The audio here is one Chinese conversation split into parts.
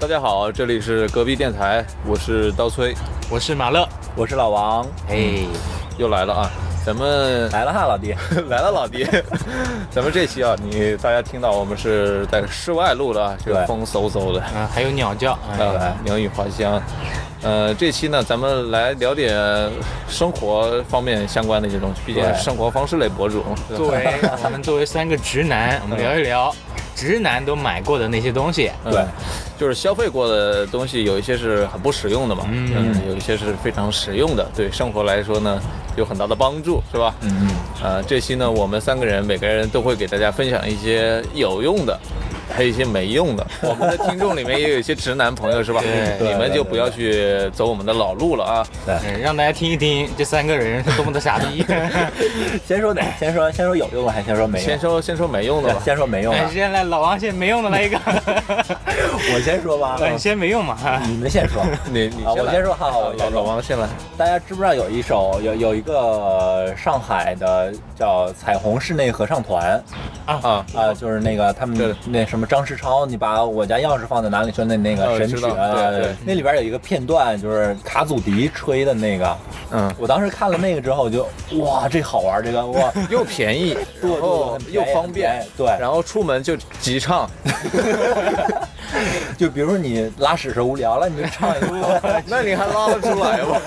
大家好，这里是隔壁电台，我是刀崔，我是马乐，嗯我是老王，嘿，又来了啊！咱们来了哈，老弟， 来了，老弟，咱们这期啊，你大家听到我们是在室外录的，啊，这个对风嗖嗖的，嗯，还有鸟叫，哎，啊，鸟语花香。呃，这期呢，咱们来聊点生活方面相关的一些东西，毕竟对是生活方式类博主。对吧作为我们作为三个直 嗯男，我们聊一聊直男都买过的那些东西，嗯对就是消费过的东西，有一些是很不实用的嘛，嗯有一些是非常实用的，对生活来说呢有很大的帮助，是吧？嗯嗯。呃，这期呢，我们三个人每个人都会给大家分享一些有用的。还有一些没用 的，我们的听众里面也有一些直男朋友，是吧？对你们就不要去走我们的老路了啊！嗯，让大家听一听这三个人是多么的傻 逼。先说哪？ 先说先说有用的，还是先说没用？先说先说没用的 吧对，先说没 用啊哎的，先来老王，先没用的来一 个，啊我先 说吧，你先没用嘛，哈你们先说。哎你你啊，我来先说哈，老我老先老说。王先来，大家知不知道有一首有有一个上海的叫彩虹室内合唱团 啊，啊，就是那个他对们那什么张世超，你把我家钥匙放在哪里？就那那呃个神知曲道啊对对，那里边有一个片段，就是卡祖笛吹的那个。嗯，我当时看了那个之后，我就哇，这好玩，这个哇，又便宜，对然后对又很便方便宜很便宜，对然后出门就急唱，。就比如说你拉屎时候无聊了，你就唱一个 那你还拉得出来 吗？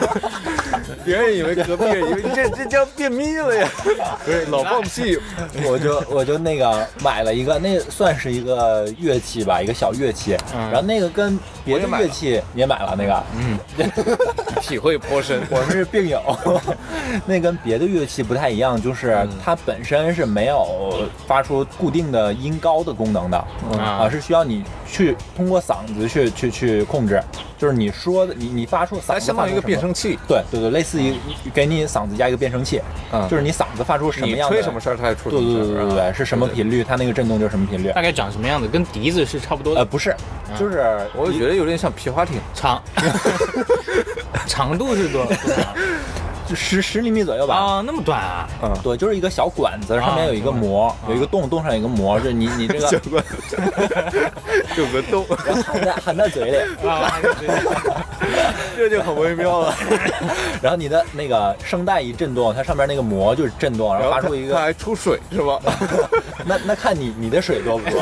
别人以为隔壁人以为你这这叫便秘了 呀，不是老放 屁，我就 我就那个买了一个，那算是一个乐器吧，一个小乐器。嗯然后那个跟别的乐器你也买了那个，嗯体会颇深。我们是 病友。那跟别的乐器不太一样，嗯就是它本身是没有发出固定的音高的功能的，嗯啊，是需要你去通过嗓子去去去控制，就是你说的，你你发出嗓它子相当于一个发出什变么声器，对对对，类似于给你嗓子加一个变声器，嗯就是你嗓子发出什么你样的，吹什么声儿它也出什对对么对声儿对对啊对，是什么？频率，它那个震动就是什么频率大。概长什么样子，跟笛子是差不多呃，的，不是，就是我就觉得有点像皮划 艇， 长，长度是多多长十十厘米左右吧。啊？那么短 啊？嗯，对，就是一个小管子，上面有一个膜，有一个洞，洞上有一个膜，就是你你这 个个 有个洞，含在含在嘴 里，啊，这就很微妙了。然后你的那个声带一震动，它上面那个膜就是震动，然后发出一它它个，还出水是 吧？ 那那看你你的水多不多，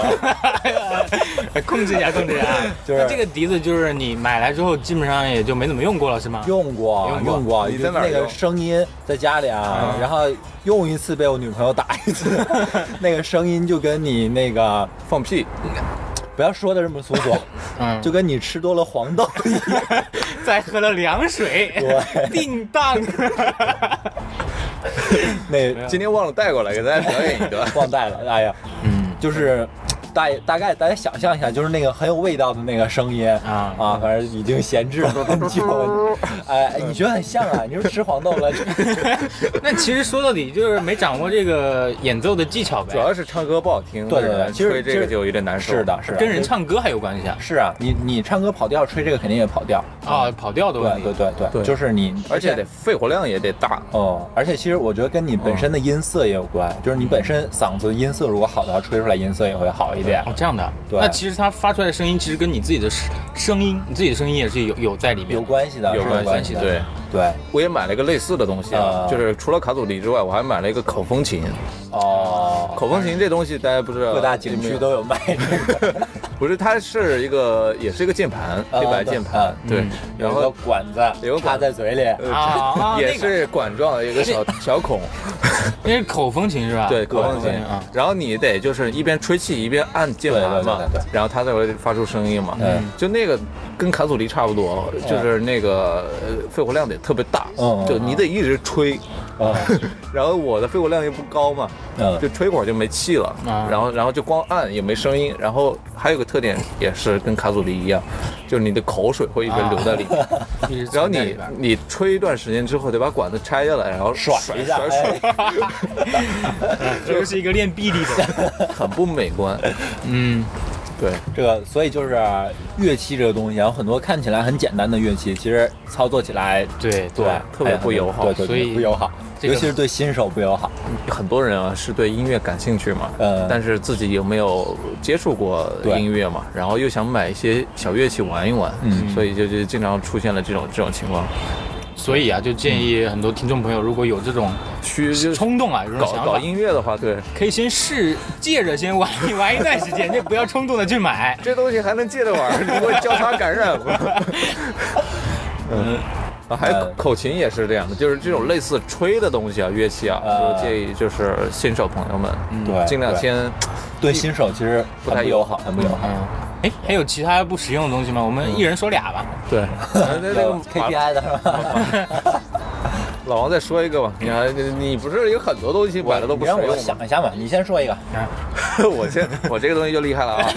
哎控制一下，控制一下。啊就是那这个笛子，就是你买来之后，基本上也就没怎么用过了，是吗？用过用过用过，你就在哪儿那个用声音在家里啊，嗯 然后用一次被我女朋友打一次， 那个声音就跟你那个放屁，不要说的这么粗俗，嗯，就跟你吃多了黄豆一 样。 再喝了凉水，对叮当。那今天忘了带过来给大家表演 一段。忘带了，哎呀，嗯，就是大大概大家想象一下，就是那个很有味道的那个声音啊哦啊，反正已经 闲置了很久了。哎，你觉得很像啊？你是不是吃黄豆了？ 那其实说到底就是没掌握这个演奏的技巧呗，主要是唱歌不好听，对对对其实吹这个就有点难受。是的，是的，跟人唱歌还有关系啊。是啊，你你唱歌跑调，吹这个肯定也跑调。啊，跑调的对问题。对对对，对就是你，而且得肺活量也得大。哦，而且其实我觉得跟你本身的音色也有关，就是你本身嗓子音色如果好的话，吹出来音色也会好一嗯点。哦，这样的。对那其实它发出来的声音，其实跟你自己的声声音，你自己的声音也是有有在里面。有关系的，有是关系关系的，对对，我也买了一个类似的东西啊，啊就是除了卡祖笛之外，我还买了一个口风琴。哦，口风琴这东西大家不知道，各大景区都有卖这个，不是，它是一个也是一个键盘，黑白键盘，嗯对嗯，然有后个管子有个管插在嘴里，呃啊啊啊 也那个是管状的一个小小孔，那是口风琴是吧？对，口风琴对啊。然后你得就是一边吹气一边按键盘嘛对对对对，然后它才会发出声音嘛嗯。就那个跟卡祖笛差不多，就是那个呃肺活量得特别大嗯嗯，嗯就你得一直吹。嗯 然后我的肺活量又不高嘛，嗯就吹一会儿就没气了，啊然后然后就光按也没声音，然后还有个特点也是跟卡祖笛一样，就是你的口水会一直流在里面，啊一直 然后存在里你 边你吹一段时间之后得把管子拆下来，然后甩一下，甩甩，哎这又是一个练臂力的。 很不美观，嗯，对，这个所以就是乐器这个东西，然后很多看起来很简单的乐器，其实操作起来对对哎特别不友好对对所以对不友好。这尤个其是对新手不友好。很多人啊是对音乐感兴趣嘛，嗯但是自己有没有接触过对音乐嘛？然后又想买一些小乐器玩一玩，嗯所以就就经常出现了这种这种情况，所以啊，就建议很多听众朋友，如果有这种去就冲动啊，有这种搞想搞法，音乐的话，对可以先试借着先玩一玩一段时间，就不要冲动的去买。这东西还能借着玩儿， 如果交叉感 染。嗯，啊，还有嗯口琴也是这样的，就是这种类似吹的东西啊，乐器啊，呃就建议就是新手朋友们，对尽量对先对新手其实不太很不友友好好，很不友好。嗯，哎，还有其他不实用的东西吗？我们一人说俩吧。 对。那那个有 KPI 的是吧？ 老王再说一个吧，你还你不是有很多东西买了都不你实让用我吗？想一下嘛，你先说一个。 我这我这个东西就厉害了啊！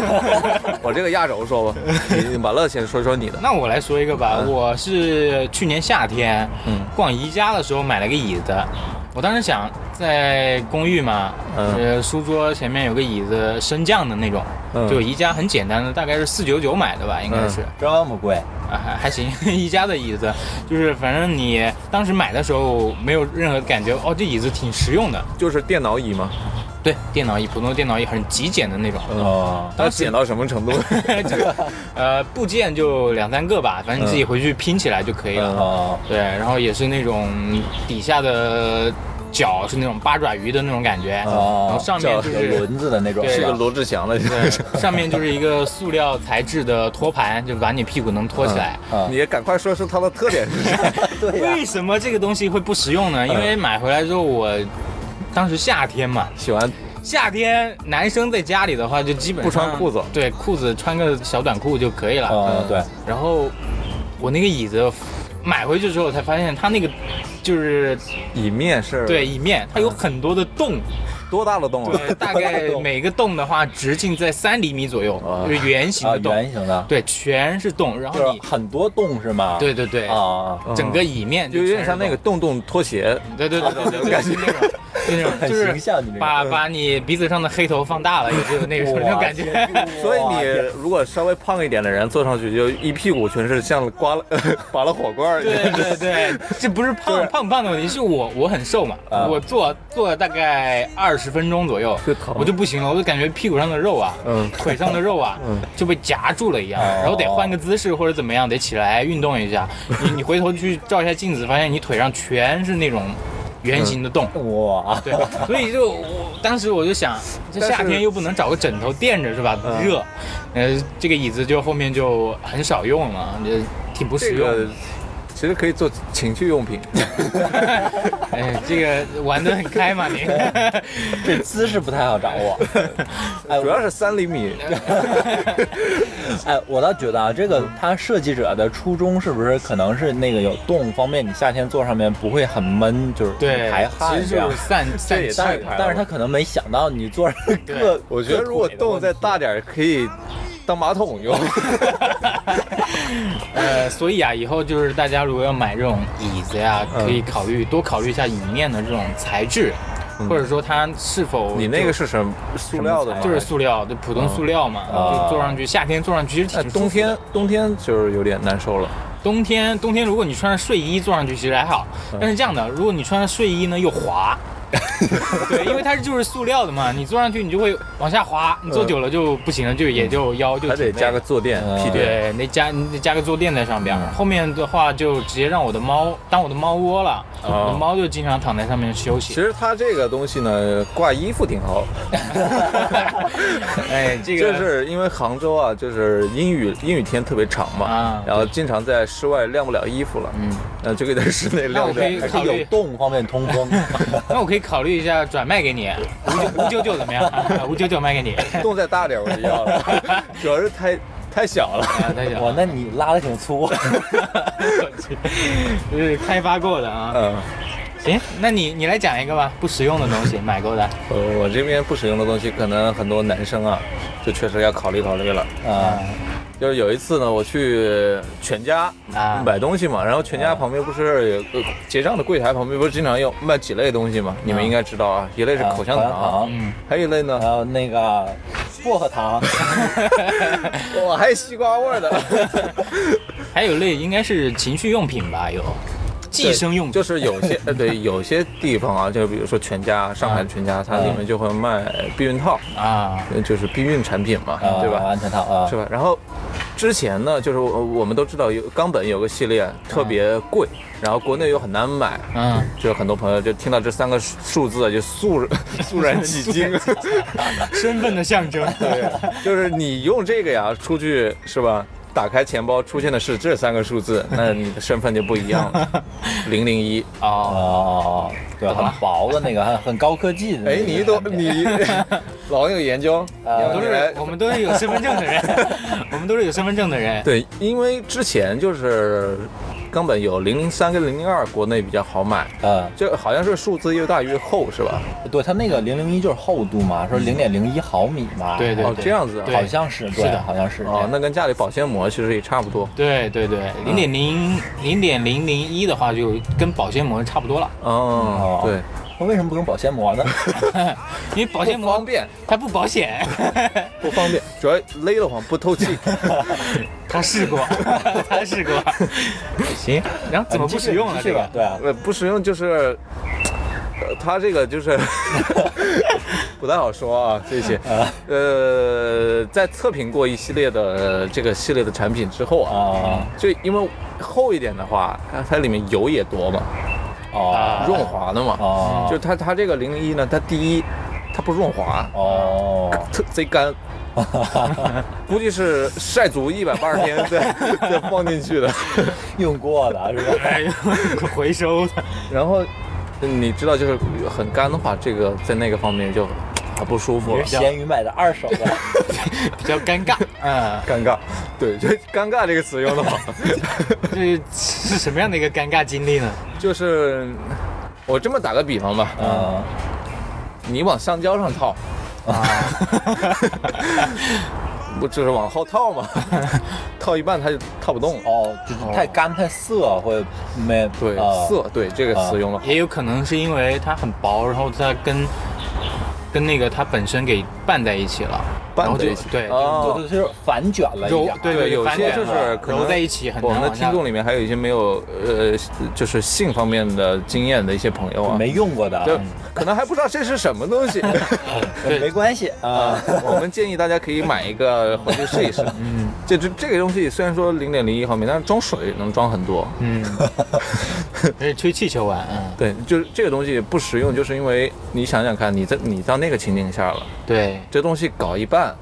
我这个压轴说吧，你马乐先说说你的。那我来说一个吧，我是去年夏天嗯逛宜家的时候买了个椅子，我当时想在公寓嘛，嗯呃，书桌前面有个椅子升降的那种，嗯就宜家很简单的，大概是四九九买的吧，应该是。这么贵，嗯啊，还还行， 宜家的椅子，就是反正你当时买的时候没有任何感觉，哦，这椅子挺实用的。就是电脑椅吗？对，电脑椅，普通的电脑椅，很极简的 那种。哦，它减到什么程度？这个呃部件就两三个吧，反正你自己回去拼起来就可以嗯了。哦，对，然后也是那种嗯底下的脚是那种八爪鱼的那种感觉，嗯哦嗯然后上面就有是。轮子的那种，对是吧个罗志祥的，对， 上面就是一个塑料材质的托盘，就把你屁股能托起来。啊你也赶快说说它的特点是啥？对呀，为什么这个东西会不实嗯用呢？因为买回来之后我。当时夏天嘛， 喜欢夏天男生在家里的话，就基本不上穿裤子哦对，裤子穿个小短裤就可以了。嗯，对，然后我那个椅子买回去之后才发现，它那个就是椅面是对椅面，它有很多的洞，多大的洞啊？对，大概每个洞的话直径在三厘米左右啊，就是圆形啊，的洞，圆形的，对，全是洞。然就后是你很多洞是吗？对对对，啊，嗯整个椅面就有全点是像那个洞，洞洞拖鞋，对对对对对，对感就是那种，就那种，很就是形象你这个把把你鼻子上的黑头放大了，也就是那个那种感觉。所以哇你天如果稍微胖一点的人坐上去，就一屁股全是像刮了 拔了火罐儿一对样。对对，这不是胖胖不胖的问题，是我我很瘦嘛，啊我坐坐了大概二十分钟左右就疼，我就不行了，我就感觉屁股上的肉啊，嗯腿上的肉啊，就被夹住了一样，哦然后得换个姿势或者怎么样，得起来运动一下。你你回头去照一下镜子，发现你腿上全是那种圆形的洞。嗯哇，对，所以就我当时我就想，这但是夏天又不能找个枕头垫着是吧？嗯热，呃，这个椅子就后面就很少用了，就挺不实 这用的。个其实可以做情趣用品。 哎，这个玩得很开 嘛，您这姿势不太好掌握。哎，主要是三厘米，哎，我倒觉得啊，这个它设计者的初衷是不是可能是那个有洞方便，你夏天坐上面不会很闷，就是对，排汗其这实样就是。散散这也气但太是排了但是他可能没想到你坐上对 个，我觉得如果个腿的洞问题再大点儿，可以当马桶用。呃， 所以啊，以后就是大家如果要买这种椅子呀，嗯可以考虑多考虑一下椅面的这种材质，或者说它是否 嗯你那就个是什么塑料啊的吗？嗯哦就是塑料，就普通塑料嘛，啊就坐上去，夏天坐上去其实挺呃，舒服的冬天冬天就是有点难受了。冬天冬天如果你穿着睡衣坐上去其实还好，嗯但是这样的，如果你穿着睡衣呢 又滑。对，因为它就是塑料的嘛，你坐上去你就会往下滑，你坐久了就不行了，就也就腰就嗯还得挺累加个坐垫、嗯嗯屁垫。对，那加你得加个坐垫在上边儿，后面的话就直接让我的猫当我的猫窝了，哦我的猫就经常躺在上面休其 息。实它这个东西呢，挂衣服挺好，哎，这个就是因为杭州啊，就是阴雨阴雨天特别长嘛啊，然后经常在室外晾不了衣服了，嗯，呃，就给在室内那晾我可着。 以 还考是有虑，洞方便通风。 那我可以考虑一下转卖给你，五九五九九怎么样？啊五九九卖 给你，啊洞再大点儿我就要了， 主要是太太小了。 啊，大哇家，那你拉的挺粗。啊 就是开发过的啊。嗯，行，那你你来讲一个吧，不实用的东西买过的，呃，我这边不使用的东西，可能很多男生啊，就确实要考虑考虑了。啊，就是有一次呢，我去全家啊买东西嘛，然后全家旁边不是有个结账的柜台旁边不是经常有卖几类东西嘛？你们应该知道啊，一类是口香啊口香糖糖，啊嗯，还有一类呢还，有那个薄荷糖，我还有西瓜味儿的，还有类应该是情趣用品吧，有寄生用就是有些呃对有些地方啊，就比如说全家，上海的全家，它里面就会卖避孕套，啊，就是避孕产品嘛，啊， 对吧？安全套啊是，吧？然后之前呢，就是我我们都知道有冈本有个系列特别贵，然后国内又很难买，嗯，就是很多朋友就听到这三个数数字啊就肃肃然起敬。身份的象征。 对，就是你用这个呀出去是吧？打开钱包出现的是这三个数字，那你的身份就不一样了，零零一。哦哦，哦，哦 对，很薄的那个，很很高科技的那个哎，产品。你都你老有研究，呃你你都来是我们都是有身份证的人， 我们都是有身份证的人。对，因为之前就是冈本有零零三跟零零二，国内比较好买，呃，就好像是数字越大越厚是吧？对，它那个零零一就是厚度嘛，说零点零一毫米嘛，对对哦，这样子啊对好像是，对是，的好像是这哦样，那跟家里保鲜膜其实也差不多。对对对，零点零嗯零点零零一的话，就跟保鲜膜差不多了，哦，对，那为什么不用保鲜膜呢？因为保鲜不方膜便，它不保险，不方便，主要勒得慌，不透气。他试过， 他试过。 行，然后 哎怎么不使用了？是这吧个？对啊，呃， 不实用就是，呃，它这个就是 不太好说 啊，这些。呃，在测评过一系列的、呃这个系列的产品之后啊，啊就因为厚一点的话，它它里面油也多嘛，哦啊润滑的嘛。哦，就它它这个零零一呢，它第一它不润滑，哦，特 贼干。估计是晒足一百八十天 再再放进 去的。用过的是 吧？哎呦，回收的。然后你知道，就是很干的话，这个在那个方面就很不舒服了你是，闲鱼买的二手 的，比较尴尬。 嗯，尴尬。对，就尴尬这个词用的 好，这是什么样的一个尴尬经历呢？就是我这么打个比方吧，嗯，你往橡胶上套，啊，不就是往后套 吗？套一半它就套不动了。哦，就是太干太涩会没对，啊色，对这个词用的好。也有可能是因为它很薄，然后它跟跟那个它本身给拌在一起了，拌然后在就一起对，哦就就是反卷了一揉点，对对，有反些卷就是了可揉能在一起很难我往下。们的听众里面还有一些没有呃，就是性方面的经验的一些朋友啊，没用过的，嗯就可能还不知道这是什么东 西。对没关系啊，我们建议大家可以买一个回去试一试。嗯，这这这个东西虽然说零点零一毫米，但是装水能装很多。嗯，而且吹气球玩，嗯，对，就是这个东西不实用，就是因为你想想看，你在你到那个情境下了，对，这东西搞一半，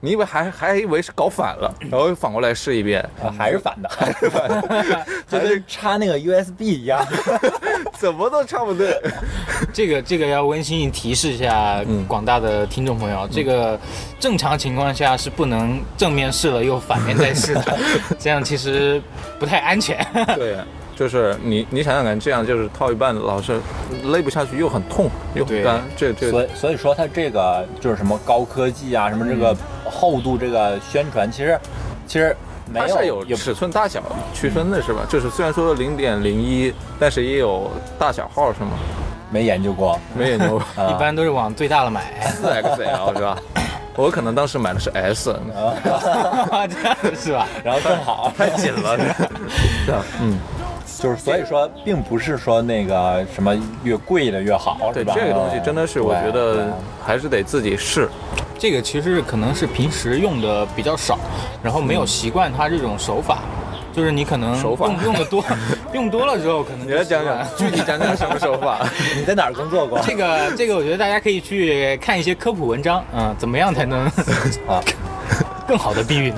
你以为还还以为是搞反了，然后反过来试一遍，啊还是反的，还是反的，就跟插那个 USB 一样， 怎么都差不多。这个这个要温馨提示一下嗯广大的听众朋友，这个正常情况下是不能正面试了又反面再试的， 这样其实不太安全。 对，就是你你想想看，这样就是套一半，老是勒不下去，又很痛又很对干，这这所以所以说它这个就是什么高科技啊，什么这个厚度这个宣传，其实其实没嗯它是有有也尺寸大小区分的是吧？就是虽然说零点零一，但是也有大小号是吗？没研究过， 没研究啊一般都是往最大的买， 四 XL 是吧？我可能当时买的是 S，这样是吧？然后正好太紧了，是吧？嗯，就是所以说，并不是说那个什么越贵的越好， 对，是吧？这个东西真的是我对觉对得还是得自己试。这个其实可能是平时用的比较少，然后没有习惯它这种手法，就是你可能手法用用的多， 用多了之后可能你就来习讲惯讲了具体讲讲什么手法？你在哪儿工作过？这个这个，我觉得大家可以去看一些科普文章，嗯，怎么样才能 啊更好的避孕？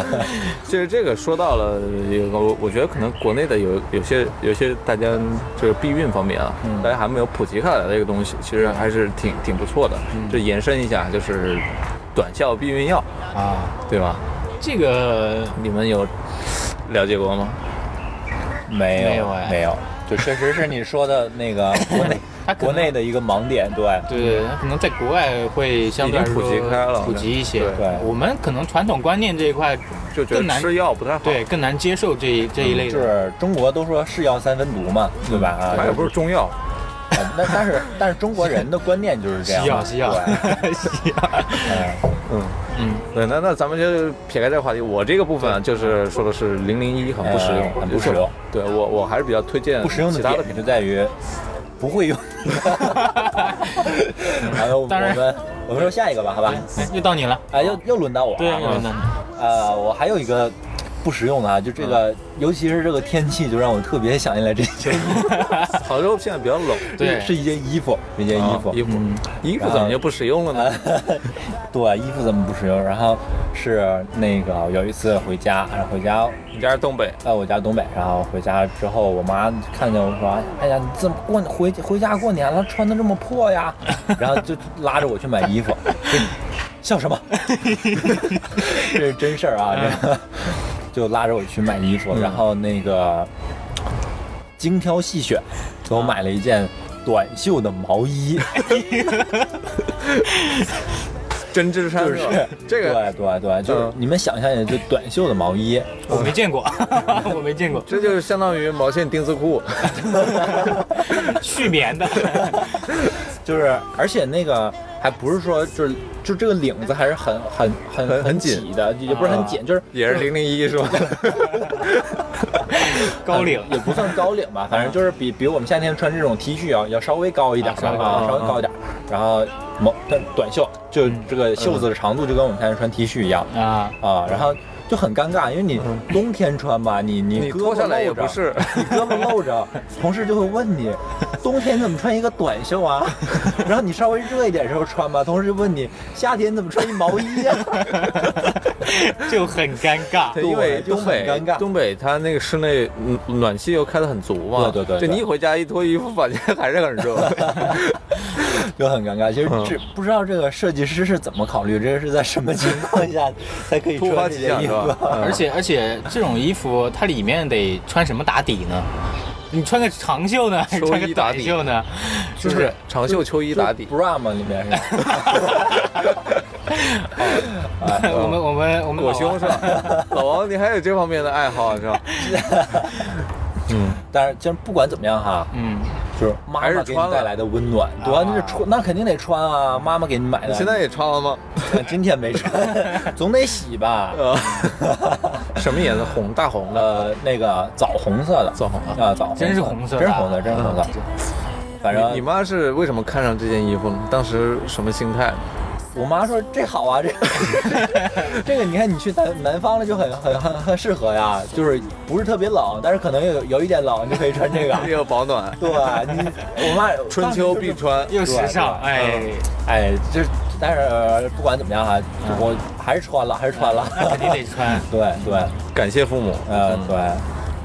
就是这个说到了有个，我我觉得可能国内的有有些有些大家就是避孕方面啊，嗯大家还没有普及开来的一个东西，其实还是挺挺不错的。嗯就延伸一下，就是短效避孕药，啊，对吧？这个你们有了解过吗？没有没有哎没有，就确实是你说的 那个国内它可国能内的一个盲点，对对，它可能在国外会相对来嗯说已经普及开了普及一些。对对我们可能传统观念这一块就觉更得嗯难吃药不太好，对，更难接受这一这一类就的。是中国都说是药三分毒嘛，对吧？啊，买的嗯哎不是，是中药，啊那但是但是中国人的观念就是这样，西药，西药对，西药。嗯嗯，嗯，对，那那咱们就撇开这个话题，我这个部分啊就是说的是零零一很不实用，呃很不实用。对我我还是比较推荐不实用其的他的点就在于不会用。还有我当然们我们说下一个吧，好吧？ 哎又到你了，啊哎，又又轮到我了。对，又轮到你了，呃，我还有一个不实用的啊，就这个，尤其是这个天气，就让我特别想起来这件，杭州现在比较冷，对 是一件衣服，一件衣啊服，衣服嗯衣服怎么就不实用了呢？ 对，啊衣服怎么不实用？然后是那个有一次回家，然后回家你家是东北，在我家东北，然后回家之后，我妈看见我说：“哎呀，你怎么过回回家过年了，穿的这么 破呀？”然后就拉着我去买衣服，就笑什么？ 这是真事儿啊，嗯这个就拉着我去买衣服，然后那个精挑细选，给我买了一件短袖的毛衣，针织衫就是是 吧？ 这个对对对，就是嗯你们想象一下，就短袖的毛衣，我没见过， 我没见 过， 这就是相当于毛线丁字裤，续棉的， 就是，而且那个还不是说就是就这个领子还是很很很很很紧紧的，也不是很紧，就是 也是零零一是吧？高领，也不算高领吧，反正就是比比我们夏天穿这种 T 恤要要稍微高一点啊稍微高啊，嗯稍微高一点。然后毛短短袖，就这个袖子的长度就跟我们夏天穿 T 恤一样啊，啊，然后就很尴尬，因为你冬天穿吧，你你嗯你胳膊脱下来也露着不是，你胳膊露着，同事就会问你，冬天怎么穿一个短袖啊？ 然后你稍微热一点的时候穿吧，同事就问你夏天怎么穿一毛衣啊？ 就很尴尬，对因为就东很北尴尬东北它那个室内嗯暖气又开得很足嘛，对对对对就你一回家一脱衣服，发现还是很热。就很尴尬。其实嗯这不知道这个设计师是怎么考虑，这个是在什么情况下才可以突发穿这奇件想衣是服吧啊？？嗯而且而且这种衣服它里面得穿什么打底呢？你穿个长袖呢，还是秋穿个衣打短底袖呢？就是是长袖秋衣打底， bra 嘛里面是，我们我们我们裹老王胸是吧？ 老王，你还有这方面的爱好是吧？嗯，但是就是不管怎么样哈，嗯， 就是妈还是妈给你穿了带来的温暖，对吧？那就穿，那肯定得穿啊，妈妈给你买的。你现在也穿了吗？ 今天没穿，总得洗 吧？呃，什么颜色？红，大红的。呃，那个枣红色的，枣红啊，枣红色，真是红色的真是红色，真是红色。反正你你妈是为什么看上这件衣服呢？当时什么心态？我妈说这好啊，这这个你看你去南南方了就很很很很适合呀，就是不是特别冷，但是可能有有一点冷，你就可以 穿这个。也有保暖，对，你我妈春秋必。穿。又时尚，对哎，嗯哎，就是但是不管怎么样哈、我还是穿了，还是穿了。那肯定得穿。 对对，感谢父母。呃对，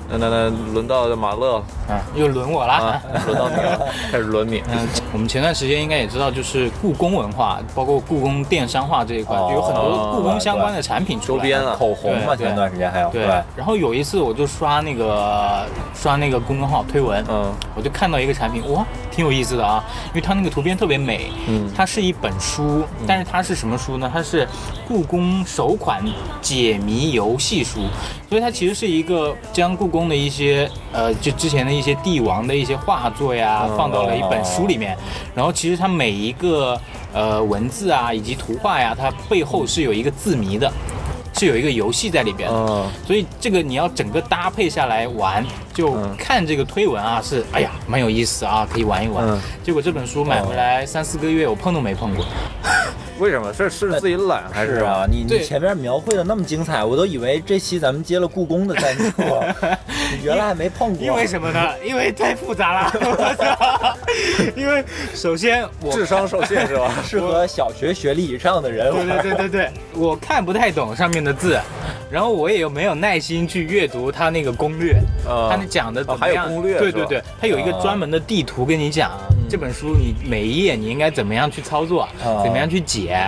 那那那轮到马乐 啊，又轮我啊啦。，轮到你了，开始轮你。嗯，我们前段时间应该也知道，就是故宫文化，包括故宫电商化这一块，哦就有很多故宫相关的产品出来周边啊啊口红嘛，对前段时间还有对对，，然后有一次我就刷那个刷那个公众号推文，嗯我就看到一个产品，哇，挺有意思的啊，因为它那个图片特别美，嗯它是一本书，但是它是什么书呢？它是故宫首款解谜游戏书，所以它其实是一个将故宫的一些呃，就之前的一些帝王的一些画作呀，放到了一本书里面，然后其实它每一个呃文字啊以及图画呀，它背后是有一个字谜的。是有一个游戏在里边的，嗯，所以这个你要整个搭配下来玩，就嗯看这个推文啊，是哎呀蛮有意思啊，可以玩一玩。嗯结果这本书买回来三四个月，我碰都没碰过。为什么？是是自己懒还是是啊，？你你对前面描绘的那么精彩，我都以为这期咱们接了故宫的赞 助，你原来还没碰过。因为什么呢？因为太复杂了。 我操！因为首先我智商受限是吧？ 适合小学学历以上的人对玩对儿。对对对，我看不太懂上面的字，然后我也没有耐心去阅读它那个攻略，啊它那讲的怎么哦样？还有攻略对是吧嗯对对，它有一个专门的地图跟你讲、这本书你每一页你应该怎么样去操作，哦怎么样去解，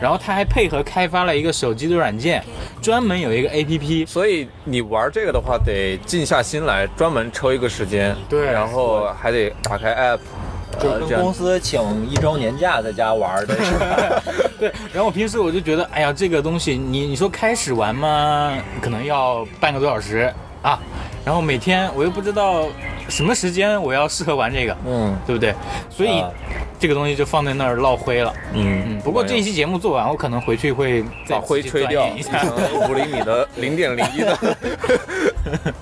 然后它还配合开发了一个手机的软件，专门有一个 APP。所以你玩这个的话，得静下心来，专门抽一个时间，对然后还得打开 app，就呃跟这公样司请一周年假在家玩儿的是吧？对，然后我平时我就觉得，哎呀，这个东西你你说开始玩嘛，可能要半个多小时啊，然后每天我又不知道什么时间我要适合玩这个，嗯对不对？所以啊这个东西就放在那儿落灰了。嗯，嗯不过这一期节目做完，我可能回去会再把灰自己吹钻掉研 一下。，五厘米的零点零一的，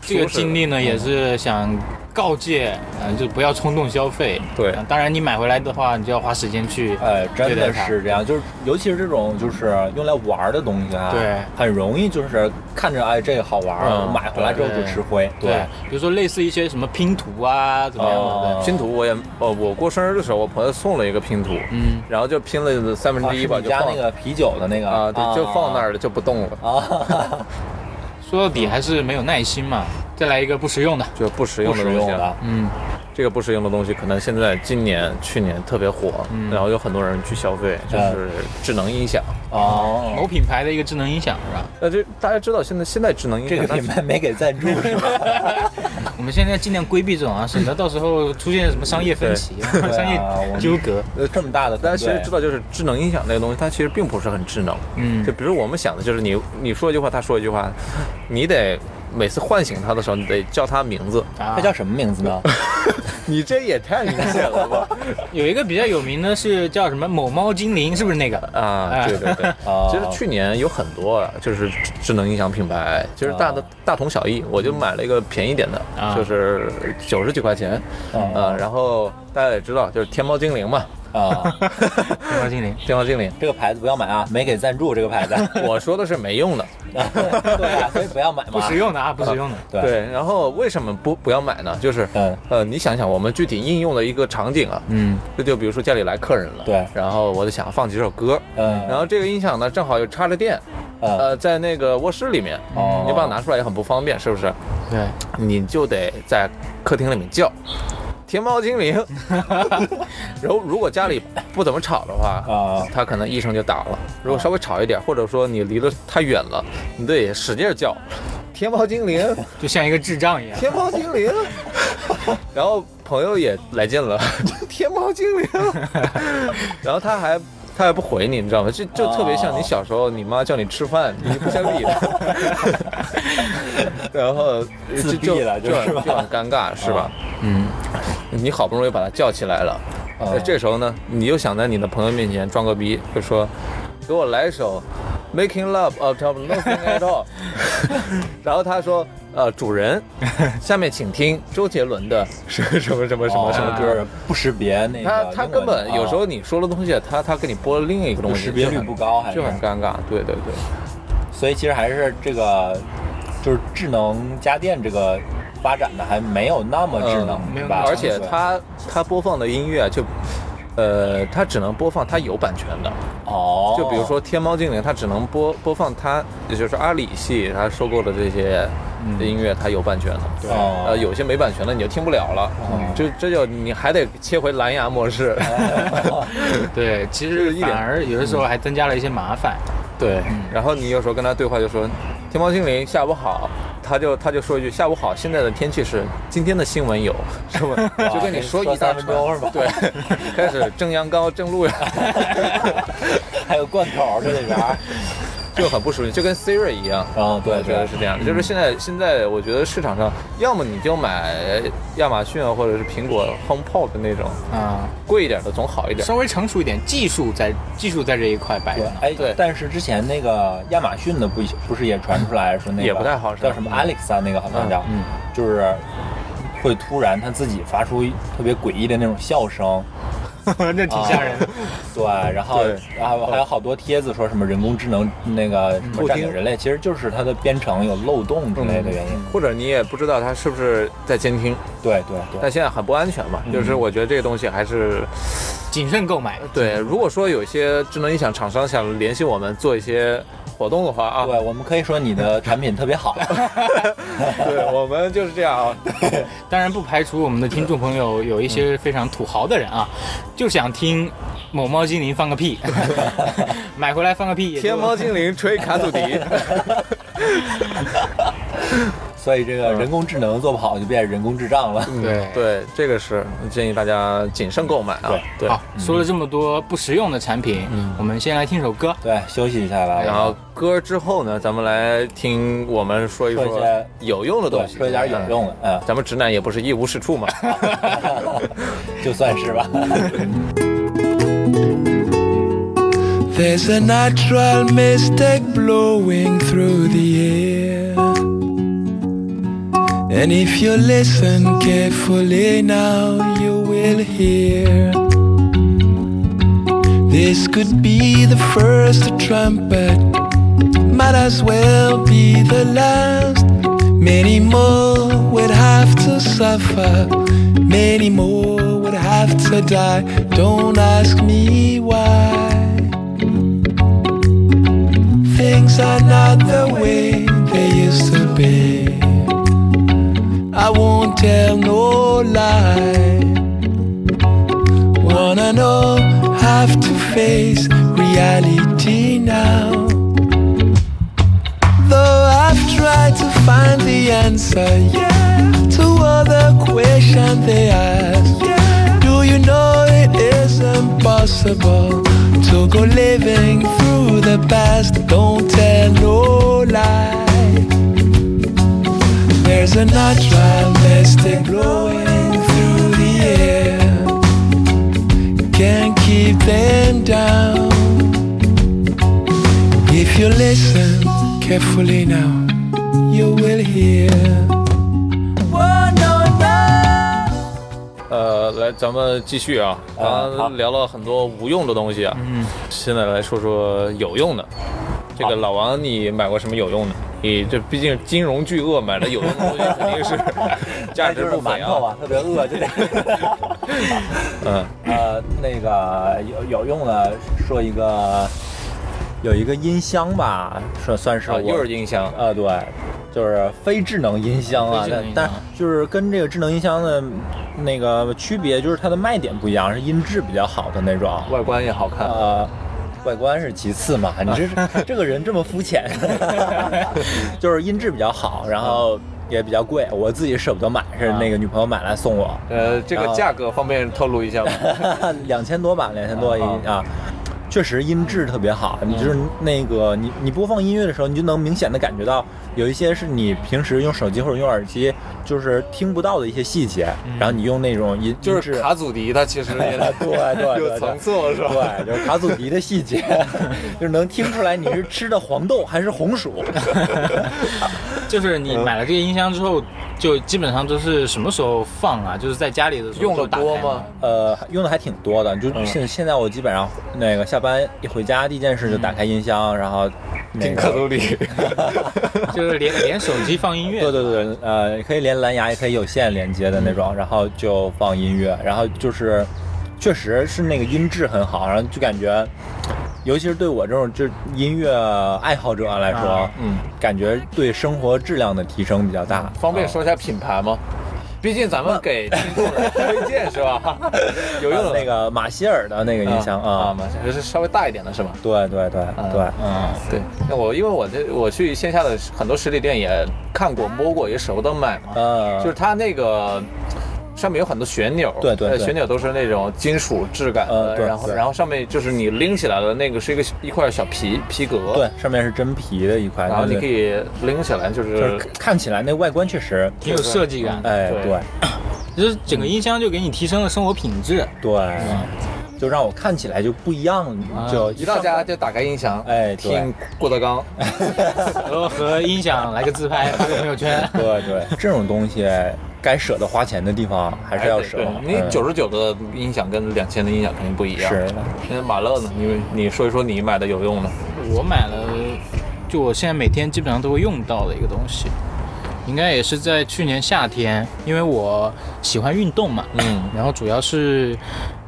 这个经历呢，也是想告诫，嗯、就不要冲动消费。对啊当然你买回来的话，你就要花时间去。 哎，真对的待它是这样，就是尤其是这种就是用来玩儿的东西啊，对很容易就是看着哎这个好玩儿，嗯我买回来之后就吃灰，对，比如说类似一些什么拼图啊，怎么样的？哦拼图我也，哦，我过生日的时候，我朋友送了一个拼图，嗯，然后就拼了三分啊之一是吧，你就家放那个啤酒的那个啊，对，就放那儿了，就不动了，啊， 说到底还是没有耐心嘛。再来一个不实用的，就不实不用的实东西用啊。的，嗯，这个不实用的东西，可能现在今年、去年特别火，嗯然后有很多人去消费，就是智能音响。哦，某品牌的一个智能音响是吧？ 那这大家知道，现在现在智能音这响个品牌没给 赞助是吧？我们现在尽量规避这种啊，省得到时候出现什么商业分歧、 商业纠葛。呃这么大的大家团其队，实知道，就是智能音响那个东西，它其实并不是很智能。嗯就比如我们想的就是你你说一句话，它说一句话，你得每次唤醒它的时候，你得叫它名 字。啊它叫什么名字呢？你这也太明显了吧？有一个比较有名的是叫什么某猫精灵，是不是那个？啊，对对 对。啊，其实去年有很多啊，就是智智能音响品牌，就是大的、啊大同小异。我就买了一个便宜点的，啊就是九十几块钱，啊啊，然后大家也知道，就是天猫精灵嘛，啊，某猫精灵。天猫精灵。这个牌子不要买啊，没给赞助这个牌子，啊我说的是没用的， 对啊，所以不要买嘛，不实用的啊，不实用的。对对。然后为什么不不要买呢？就是嗯，呃，你想想我们具体应用的一个场景啊，嗯，这就比如说家里来客人了，对然后我就想放几首歌，嗯，然后这个音响呢正好又插着电，嗯呃，在那个卧室里面，哦你把它拿出来也很不方便，是不是？对，你就得在客厅里面叫天猫精 灵。然后如果家里不怎么吵的话啊，它可能一声就打了。如果稍微吵一点，或者说你离得太远了，你得使劲叫天猫精灵，就像一个智障一样。天猫精灵。 然后朋友也来劲了， 天猫精灵。 然后他还。他还不回你，你知道吗？这就特别像你小时候，你妈叫你吃饭，你不想理她。 然后自就闭了就哦就是吧就很尴尬，是吧？嗯，你好不容易把他叫起来了，哦那这时候呢，你又想在你的朋友面前装个逼，就说给我来一首 Making Love of Top Nothing at All，然后他说呃主人，下面请听周杰伦的什么什么什么什么什么歌。歌哦不识别那个英他文的，他根本有时啊候你说了东西，他他给你播了另一个东西，识别率就很不高还是就很尴尬。对对对，所以其实还是这个，就是智能家电这个发展的还没有那么智能，嗯没有吧？那么而且对他他播放的音乐就，呃，他只能播放他有版权的。哦，就比如说天猫精灵，它只能播播放它，也就是阿里系它收购的这些音乐，它有版权的。对嗯哦呃，有些没版权的你就听不了了，嗯就这就你还得切回蓝牙模式。 哦对，其就是实一点反而有的时候还增加了一些麻烦。 对，嗯然后你有时候跟他对话就说：“天猫精灵，下午好。”他就他就说一句：“下午好，现在的天气是今天的新闻有是吧？”哇就跟你说一大三分串，钟是吧？ 对，开始蒸羊羔、蒸鹿呀，还有罐头这里边儿， 就很不熟悉，就跟 Siri 一样。啊嗯，对我觉得对是这样的，就是现在现在我觉得市场上，要么你就买亚马逊啊，或者是苹果 HomePod 的那种啊，贵一点的，总好一点。稍微成熟一点，技术在技术在这一块摆对着。，哎，对但是之前那个亚马逊的不不是也传出来说那个也不太好是吧嗯叫什么 Alexa 那个好像叫，嗯嗯就是会突然它自己发出特别诡异的那种 笑声， 啊那挺吓人的。对，然后对然后还有好多帖子说什么人工智能那个什么占领嗯偷听嗯人类，其实就是它的编程有漏洞之类的原因。或者你也不知道它是不是在监听，对对对，但现在很不安全嘛。就是我觉得这个东西还是 谨慎购买，对。如果说有一些智能音响厂商想联系我们做一些活动的话啊，对我们可以说 你的产品特别好，对我们就是这样啊。当然不排除我们的听众朋友有一些非常土豪的人啊，就想听某猫精灵放个 屁，买回来放个屁也就。天猫精灵吹卡祖笛，所以这个人工智能做不好就变人工智障嗯了。对对，这个是建议大家谨慎购买啊。对，好，说了这么多不实用的产品，我们先来听首歌。对，休息一下吧。然后歌之后呢，咱们来听我们说一说一说些有用的对，东西，说一点有用的，嗯。咱们直男也不是一无是处 嘛。就算是吧。 There's a natural mistake blowing through the air. And if you listen carefully now, you will hear. This could be the first trumpet, might as well be the last. Many more would have to suffer, many more would have to die. Don't ask me why things are not the way they used to be. I won't tell no lie. Wanna know, have to face reality now. Though I've tried to find the answer, yeah, to all the questions they ask, yeah. Do you know it is impossible to go living through the past? Don't tell no lie. There's a natural mystic blowing through the air. Can't keep them down. If you listen carefully now, you will hear. One on earth. 呃，来，咱们继续啊，啊刚好刚聊了很多无用的东西啊，嗯，现在来说说有用的。这个老王，你买过什么有用的？你这毕竟金融巨鳄，买了有用的东西肯定 是价值就是不菲馒头啊。啊，特别饿就得。 嗯， 呃，那个有有用的，说一个，有一个音箱吧，算算是啊，我又是音箱，啊，对，就是非智能音箱啊非，智但能音但箱就是跟这个智能音箱的那个区别，就是它的卖点不一样，是音质比较好的那种，外观也好看。呃，外观是其次嘛，你这是这个人这么肤浅， 就是音质比较好，然后也比较贵，我自己舍不得买，是那个女朋友买来送我， 呃，这然个后价格方便透露一下 吗？两千多吧，两千多一啊嗯啊。确实音质特别好，你就是那个你你播放音乐的时候，你就能明显的感觉到有一些是你平时用手机或者用耳机就是听不到的一些细节，然后你用那种音嗯就音质是卡祖笛，它其实也 对对对，有对层次了是吧对，就是卡祖笛的细节， 就是能听出来你是吃的黄豆还是红薯。就是嗯你买了这个音箱之后，就基本上都是什么时候放啊？就是在家里的时候用的打开多吗？呃，用的还挺多的，就现、嗯现在我基本上那个下班一回家，第一件事就打开音箱，然后那听卡个。祖笛。 就是连连手机放音乐。对对对，呃，可以连蓝牙，也可以有线连接的那种，嗯然后就放音乐，然后就是，确实是那个音质很好，然后就感觉，尤其是对我这种就是音乐爱好者来说，啊嗯，感觉对生活质量的提升比较大。 方便啊说一下品牌吗？毕竟咱们给听众人推荐是 吧？有用的那个马歇尔的那个音箱啊，啊，嘛，就是稍微大一点的是吧？对对对对，嗯，对，那我因为我这我去线下的很多实体店也看过、摸过，也舍不得买嘛。嗯就是它那个上面有很多旋钮，对对呃对旋钮都是那种金属质感嗯的，对然后对然后上面就是你拎起来的那个是一个一块小皮皮革，对，，上面是真皮的一块，然后你可对以拎起来就就是呃是看起来那外观确实，挺有设计感，哎，对对就是整个音箱就给你提升了生活品质。对，就让我看起来就不一样，啊就一到家就打开音响，哎对听郭德纲，嗯然后哦和音响来个自拍，发个朋友 圈。对对，这种东西该舍得花钱的地方还是要舍哎对得。你嗯九十九的音响跟两千的音响肯定不啊一样。是，那马乐呢？你你说一说你买的有用的，我买了，就我现在每天基本上都会用到的一个东西，应该也是在去年夏天，因为我喜欢运动嘛，嗯然后主要是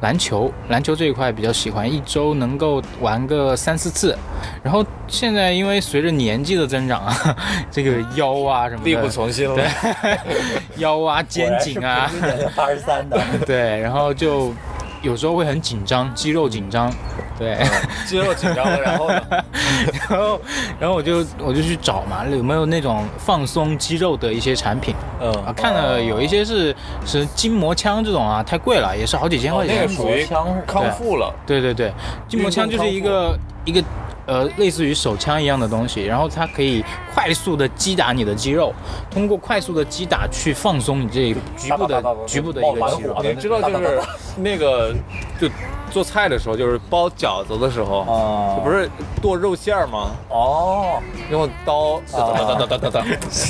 篮球，篮球这一块比较喜欢，一周能够玩个三四次。然后现在因为随着年纪的增长啊， 这个腰啊什么的， 力不从心 了。腰啊、肩颈啊， 八十三的，对，然后就有时候会很紧张，肌肉紧张，对，肌肉紧张了，然后呢？ 然后然后我就我就去找嘛，有没有那种放松肌肉的一些产品啊？ 嗯，看了有一些是是筋膜枪这种啊，太贵了，也是好几千哦块，那钱。个属于筋膜枪是康复了，对对对，筋膜枪就是一个一个呃，类似于手枪一样的东西，然后它可以快速的击打你的肌肉，通过快速的击打去放松你这局部哒哒哒的哒哒局部的一个爆肌肉。满火啊你知道就是那个就做菜的时候，就是包饺子的时候，啊不是剁肉馅儿吗？哦用刀哒哒哒哒哒哒哒，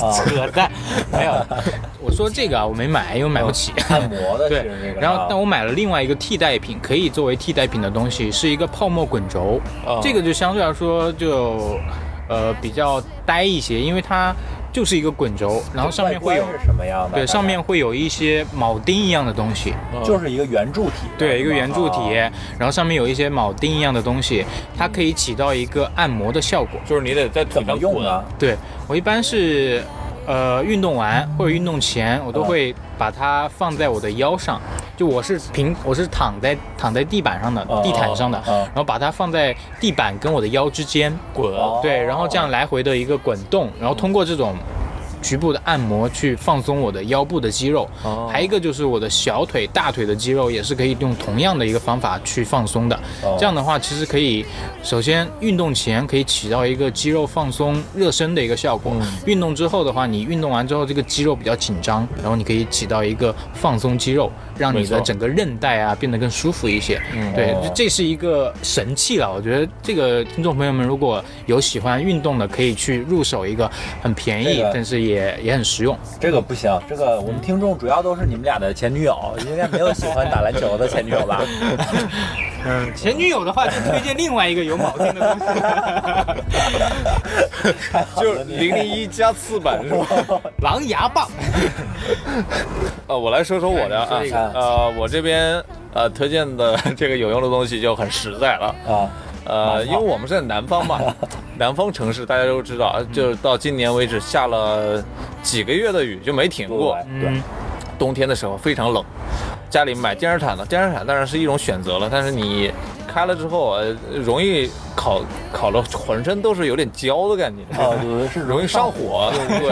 啊，扯 淡，呃没有。我说这个啊，我没买，因为买不起。 按摩的其对实这，个。啊然后但我买了另外一个替代品，可以作为替代品的东西，是一个泡沫滚轴。哦这个就相对来说就呃比较呆一些，因为它就是一个滚轴，然后上面会有外观是什么样的？对大概上面会有一些铆钉一样的东西，就是一个圆柱体的，对一个是吧圆柱体啊，然后上面有一些铆钉一样的东西，它可以起到一个按摩的效果。 就是你得在腿怎么上用滚啊呢？？对我一般是，呃，运动完或者运动前，我都会把它放在我的腰上，就我是平我是躺在躺在地板上的哦地毯上的，哦然后把它放在地板跟我的腰之间，滚，哦对，然后这样来回的一个滚动，然后通过这种。局部的按摩去放松我的腰部的肌肉，哦还有一个就是我的小腿、大腿的肌肉也是可以用同样的一个方法去放松的。哦这样的话，其实可以首先运动前可以起到一个肌肉放松、热身的一个效果。嗯运动之后的话，你运动完之后这个肌肉比较紧张，然后你可以起到一个放松肌肉，让你没错嗯的整个韧带啊变得更舒服一些。对哦，这是一个神器了。我觉得这个听众朋友们如果有喜欢运动的，可以去入手一个很便这宜个，但是也也很实用。这个不行，这个我们听众主要都是你们俩的前女友，应该没有喜欢打篮球的前女友 吧？嗯， 前女友的话就推荐另外一个有铆钉的东西。 就是零零一加刺板是吧？狼牙棒，呃，我来说说我的啊哎你，呃，我这边呃推荐的 这个有用的东西就很实在了，啊，呃，因为我们是在南方嘛，南方城市大家都知道，啊就是到今年为止下了几个月的雨就没停过，嗯对对，冬天的时候非常冷，家里买电热毯的，电热毯当然是一种选择了，但是你开了之后，呃，容易烤烤的浑身都是有点焦的感觉。 哦，对是容易上火，对，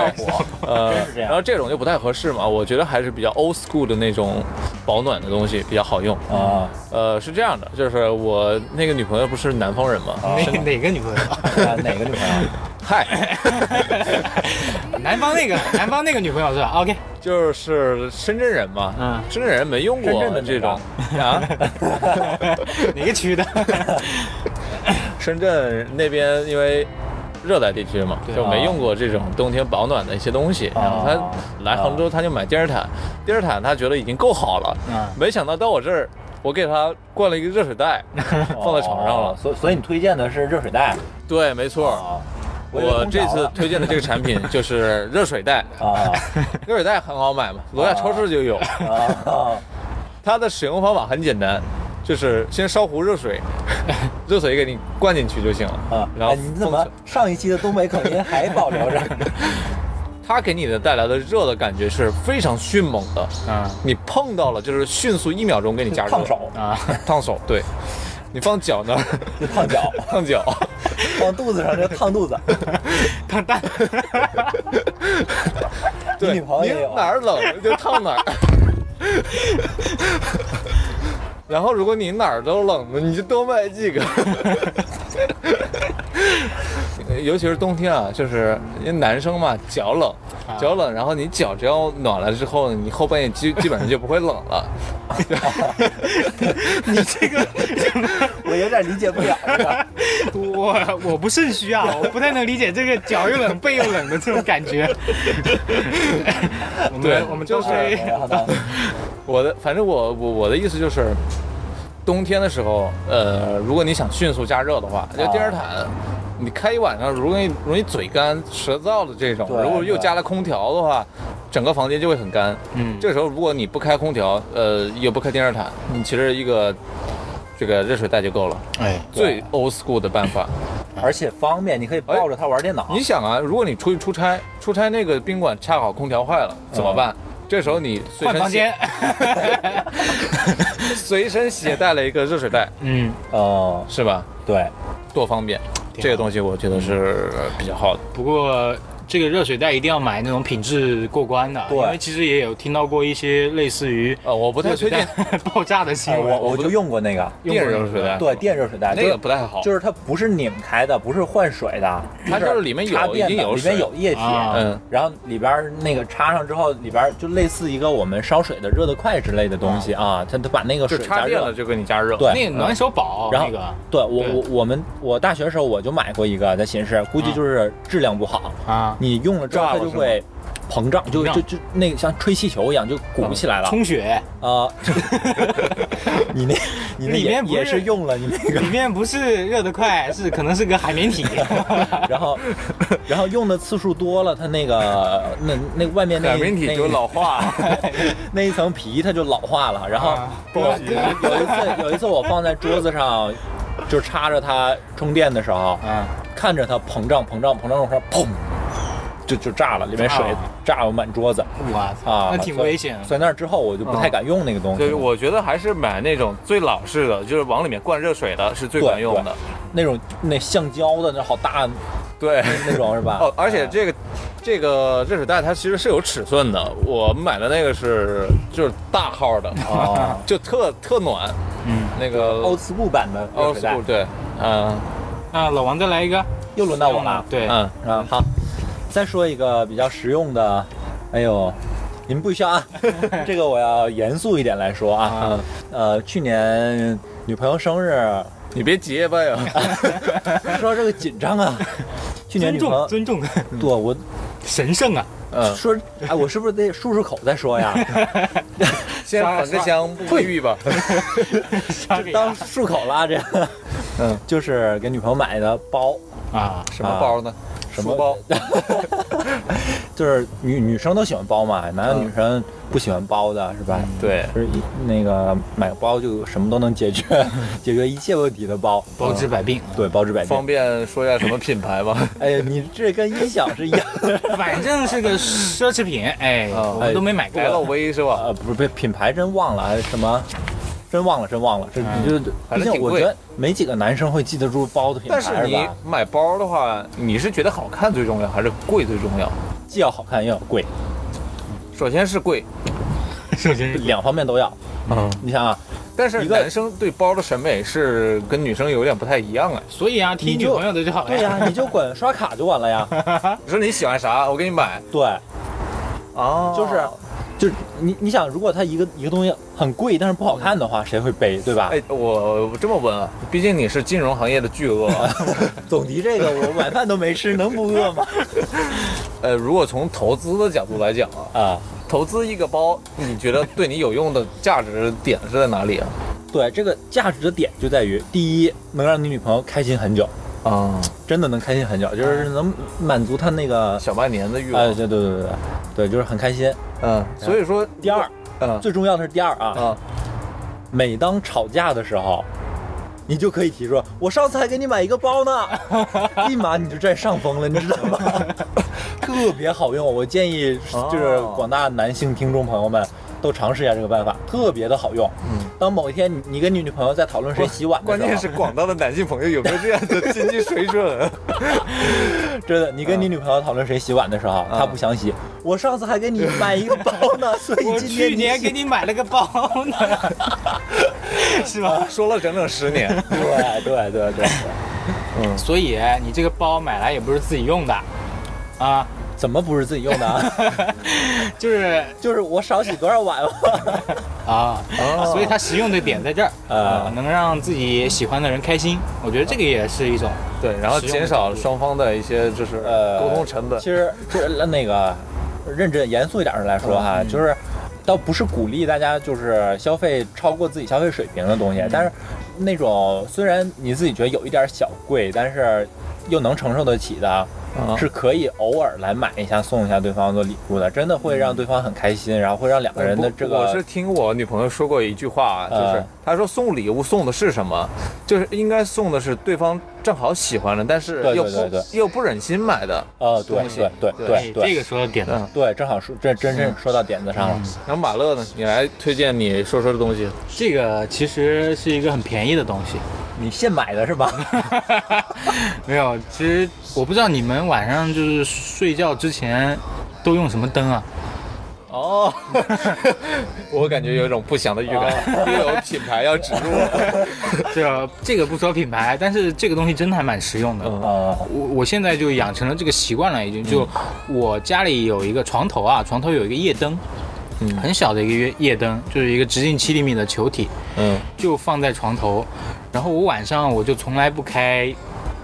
呃真是这，样然后这种就不太合适嘛，我觉得还是比较 old school 的那种保暖的东西比较好用。啊，呃，是这样的，就是我那个女朋友不是南方人嘛，啊嗯哪哪个女朋友？ 啊 哪个女朋友？嗨，南方那个，南方那个女朋友是吧？OK， 就是深圳人嘛，嗯深圳人没用过深圳的这那种个啊， 哪个区的？深圳那边因为热带地区嘛，对就没用过这种冬天保暖的一些东西。然后啊他来杭州，他就买电热毯，电热毯他觉得已经够好了，嗯没想到到我这儿，我给他灌了一个热水 袋， 放在床上哦了。所以所以你推荐的是热水袋对，没错。啊？以为我空这调次了推荐的这个产品就是热水 袋，啊热水袋很好买哦嘛，楼下超市就 有。啊，它的使用方法很简单，就是先烧壶热 水，热水给你灌进去就行了。啊 然后哎你封怎么存上一期的东北口音还保留 着？它给你的带来的热的感觉是非常迅猛的， 啊你碰到了就是迅速一秒钟给你加热， 烫手，啊， 烫手，对，你放脚那儿就烫脚， 烫 脚，往肚子上就烫肚子。蛋蛋，对，女朋友也你有哪儿冷就烫哪儿。 然后，如果你哪儿都冷的，你就多买几个。 尤其是冬天啊，就是因为男生嘛，脚冷，啊脚冷，然后你脚只要暖了之后，你后半夜基基本上就不会冷了。你这个我有点理解不了了。我我不肾虚啊，我不太能理解这个脚又冷背又冷的这种感 觉。我对们我们就都是是 然后呢？我的，反正我我我的意思就是，冬天的时候，呃，如果你想迅速加热的话，就啊电热毯，你开一晚上容易容易嘴干舌燥的这种，对如果又加了空调的话，整个房间就会很干。嗯这时候如果你不开空调，呃，也不开电热毯，你其实一个这个热水袋就够了，哎，最 old school 的办法。而且方便，你可以抱着哎它玩电脑。你想啊，如果你出去出差，出差那个宾馆恰好空调坏了，怎么办？这时候你随嗯换身房携间。 随身携带了一个热水袋，嗯，哦，是吧？对，多方便，挺好这个东西我觉得是呃比较好的。不过这个热水袋一定要买那种品质过关的，对因为其实也有听到过一些类似于呃，我不太热水推荐袋爆炸的新哎闻。我我就用过那个，用过电热水袋，对，电热水袋，那就个是不太好就是它不是拧开的，不是换水的，它就是里面有插电已经的有里面水有液体，啊嗯然后里边儿那个插上之后，里边儿就类似一个我们烧水的热得快之类的东西啊，它它把那个就水插加电了热。就给你加热。对那个暖手宝，嗯然后那个，对我对我我们我大学的时候我就买过一个在寝室，估计就是质量不好，啊，你用了之后炸它了就是吗会膨胀，就膨胀就就那个像吹气球一样就鼓起来了嗯充血，啊。 你那你那里也面不也是是用了你那个。里面不是热得快，是可能是个海绵 体。然后，然后用的次数多了，它那个那那外面那海绵体就老化， 那一层皮它就老化了。然后啊我有有一次有一次我放在桌子上，就插着它充电的时候，啊，看着它膨胀膨胀膨胀的时候，砰，就就炸了，里面水啊炸了满桌子我操，啊，那挺所以危险的。嗯所以那之后我就不太敢用那个东西就了。是我觉得还是买那种最老式的，就是往里面灌热水的，是最对管用的。那种那橡胶的那好大对， 那种是吧？哦，而且这个这个热水袋它其实是有尺寸的，我们买的那个是就是大号的，哦 就特特暖，嗯，那个，old school 版的热 old 水袋 school，对，嗯那老王再来一个，又轮到我了。对，嗯，啊，好，再说一个比较实用的，哎呦，你们不需要啊，这个我要严肃一点来说啊啊，呃，去年女朋友生日，你别结 巴呀，说这个紧张啊，去年尊女朋友重，尊重， 对我神圣啊，嗯，说，哎，我是不是得漱漱口再说呀？先焚个香沐浴吧，杀给啊当他漱口啦，这，嗯， 就是给女朋友买的包，啊，什么包呢？什么书 包？就是女女生都喜欢包嘛，哪有嗯女生不喜欢包的，是吧？对，就是一那个买个包就什么都能 解决，解决一切问题的包，嗯包治百病。对，包治百方病。便说一下什么品牌吗？ 哎呀，你这跟音响是一样的。 反正是个奢侈品，哎，哦啊我们都没买过。 LV 是吧？呃，不是，不是品牌真忘了哎什么，真忘了，真忘了。这嗯就反毕正竟挺我贵觉得没几个男生会记得住包的品牌但是是你吧？买包的话，你是觉得好看最重要，还是贵最重要？既要好看又要贵，首先是贵，首先是两方面都要。嗯，你想啊，但是一个男生对包的审美是跟女生有点不太一样哎。所以啊，提你女就朋友的就好了。对呀、你就管刷卡就完了 呀。你说你喜欢啥，我给你买对，啊就是，就你你想，如果它一个一个东西很贵，但是不好看的话，谁会背，对吧？哎，我这么问啊，毕竟你是金融行业的巨鳄 啊。总提这个，我晚饭都没吃，能不饿吗？呃，如果从投资的角度来讲啊， 啊，投资一个包，你觉得对你有用的价值点是在哪里啊？对，这个价值的点就在于，第一，能让你女朋友开心很久，啊，真的能开心很久，就是能满足她那个，小半年的欲哎，望。对对对对对，对，就是很开心。嗯，所以说第二，，嗯最重要的是第二啊，啊，每当吵架的时候。你就可以提出，我上次还给你买一个包呢，立马你就占上风了，你知道吗？特别好用，我建议就是哦广大男性听众朋友们都尝试一下这个办法，特别的好用。嗯，当某一天你你跟你女朋友在讨论谁洗碗的关时候，键是广大的男性朋友有没有这样的经济水准？ 真的，你跟你女朋友讨论谁洗碗的时候，她不想洗。我上次还给你买一个包呢，所以我今去天年你给洗。你买了个包呢，是吧？说了整整十年，对对对对，所以你这个包买来也不是自己用的，啊，怎么不是自己用的啊？就是就是我少洗多少碗吧。啊，所以它实用的点在这儿，啊啊，能让自己喜欢的人开心，我觉得这个也是一种对，然后实用的减少双方的一些就是呃，沟通成本其。实这那个认真严肃一点儿来说哈，就是倒不是鼓励大家就是消费超过自己消费水平的东西，但是那种虽然你自己觉得有一点小贵，但是又能承受得起的。嗯是可以偶尔来买一下送一下对方做礼物的，真的会让对方很开心，然后会让两个人的不这我个是听我女朋友说过一句话，就是呃她说送礼物送的是什么，就是应该送的是对方正好喜欢了，但是对又对不对对又不忍心买的，呃，对东西对对对对哎这对个说到点子，嗯。对，正好说这真是说到点子上了。然后马乐呢，你来推荐你说说的东西，这个其实是一个很便宜的东西。 你现买的是 吧？没有，其实我不知道你们晚上就是睡觉之前都用什么灯啊？哦， 我感觉有一种不祥的预哦感，又有品牌要植入了。这个这个不说品牌，但是这个东西真的还蛮实用的。嗯啊，我我现在就养成了这个习惯了，已经就我家里有一个床头啊，床头有一个夜灯，嗯很小的一个夜夜灯，就是一个直径七厘米的球体，嗯，就放在床头。然后我晚上我就从来不开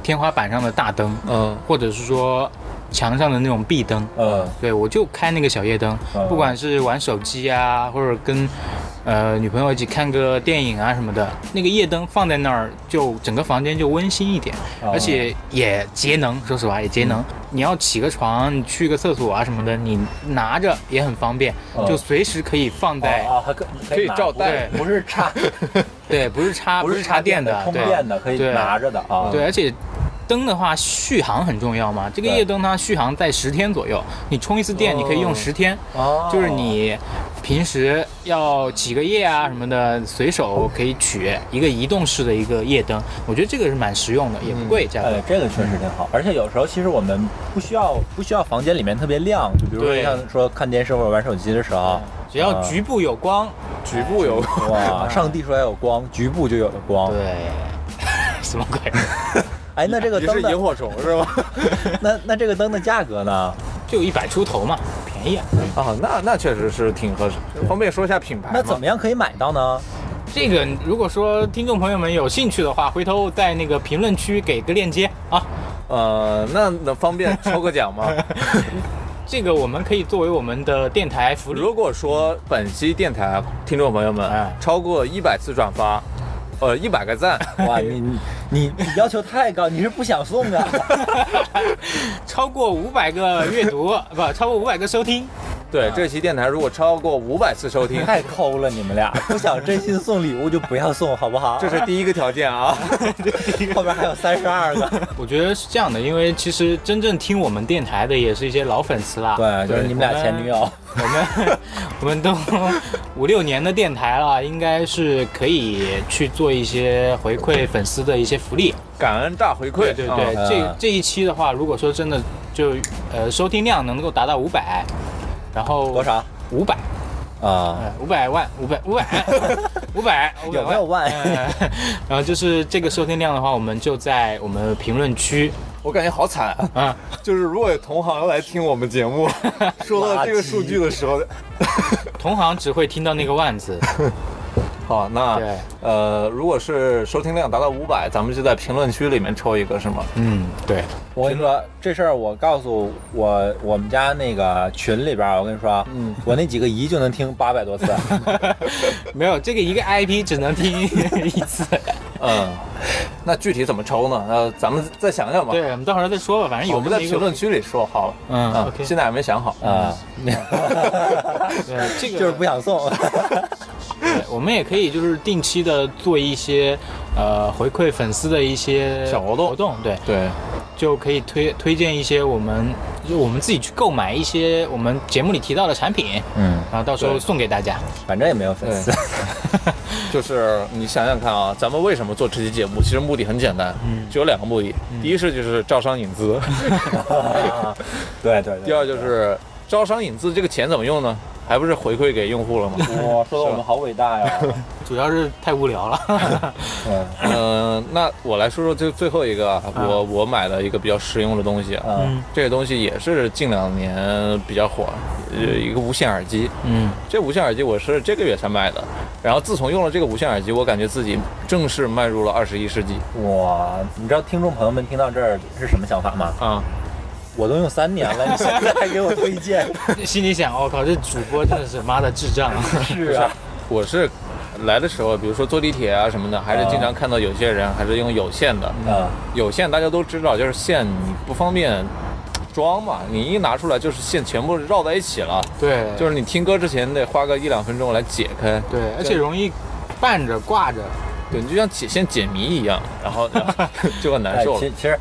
天花板上的大灯，嗯或者是说墙上的那种壁灯，嗯对我就开那个小夜灯嗯，不管是玩手机啊，或者跟呃女朋友一起看个电影啊什么的，那个夜灯放在那儿，就整个房间就温馨一点，哦而且也节能。说实话也节能，嗯你要起个床，你去个厕所啊什么的，你拿着也很方便，嗯就随时可以放在。啊，还可可以拿照带不是插，对，不是插是插电的，充对电的，可以对拿着的啊。对，而且灯的话，续航很重要嘛。这个对夜灯它续航在十天左右，你充一次电，你可以用十天。哦就是你平时要几个夜啊什么的，随手可以取一个移动式的一个夜灯，我觉得这个是蛮实用的，也不贵价格。哎，这个确实挺好，而且有时候其实我们不需要不需要房间里面特别亮，就比如说对像说看电视或者玩手机的时候，只要啊局部有光，局部有哇，上帝说要有光，局部就有了光。对， 什么鬼？哎，那这个你是灯萤的火虫是吧？那那这个灯的价格呢？就一百出头嘛，便宜啊。啊，那那确实是挺合适。方便说一下品牌吗？那怎么样可以买到 呢？这个如果说听众朋友们有兴趣的话，回头在那个评论区给个链接啊。呃，那能方便抽个奖 吗？这个我们可以作为我们的电台福利。如果说本期电台听众朋友们哎超过一百次转发，呃，一百个赞，哇，你你你你要求太高，你是不想送啊？超过五百个阅读， 不超过五百个收听，哎对这期电台如果超过五百次收听， 太抠了，你们俩不想真心送礼物就不要送，好不好？这是第一个条件 啊。后边还有三十二个。我觉得是这样的，因为其实真正听我们电台的也是一些老粉丝啦。 对，就是你们俩我们前女友。我们 我们 都五六年的电台了，应该是可以去做一些回馈粉丝的一些福利。感恩大回馈，对啊对，啊这这一期的话，如果说真的就呃收听量能够达到五百，然后多少？五百，呃啊，五百万，五百五百 五百呃有没有万然后就是这个收听量的话，我们就在我们评论区我感觉好惨啊！ 啊。就是如果有同行来听我们节目， 说到这个数据的时候，同行只会听到那个万字，好，那对呃，如果是收听量达到五百，咱们就在评论区里面抽一个，是吗？嗯， 对，我跟你说这事儿，我告诉我我们家那个群里边儿，我跟你说，啊嗯我那几个姨就能听八百多 次，没有这个一个 IP 只能听一次，嗯，那具体怎么抽呢？呃，咱们再想想吧。 对，我们到时候再说吧，反正我有们这在么一评个，论区里说好了。嗯啊 OK 嗯现在还没想好。嗯啊，对这个就是不想送。对我们也可以就是定期的做一些呃回馈粉丝的一些小活动活动，对，对，就可以推推荐一些我们就我们自己去购买一些我们节目里提到的产品，嗯，然后到时候对送给大家。反正也没有粉丝。 就是你想想看啊，咱们为什么做这期节目？其实目的很简单，嗯只有两个目的。第一是就是招商引资，对对对。第二就是招商引资这个钱怎么用呢？还不是回馈给用户 了吗？哇，说的我们好伟大呀。主要是太无聊了，嗯嗯、那我来说说最最后一个，啊，我我买了一个比较实用的东西啊，嗯这个东西也是近两年比较火，呃，一个无线耳机。嗯，这无线耳机我是这个月才买的，然后自从用了这个无线耳机，我感觉自己正式迈入了二十一世纪哇，你知道听众朋友们听到这儿是什么想法吗？啊！我都用三年了，你现在还给我推荐？ 心里想，我、靠，这主播真的是妈的智障。 是啊，我是来的时候，比如说坐地铁啊什么的，还是经常看到有些人还是用有线的。啊，有线大家都知道，就是线你不方便装嘛，你一拿出来就是线全部绕在一起了。 对，就是是你听歌之前得花个一两分钟来解开。对，而且容易伴着挂着，对，你就像解像解谜一样，然 后然后就很难哎，受其了。其实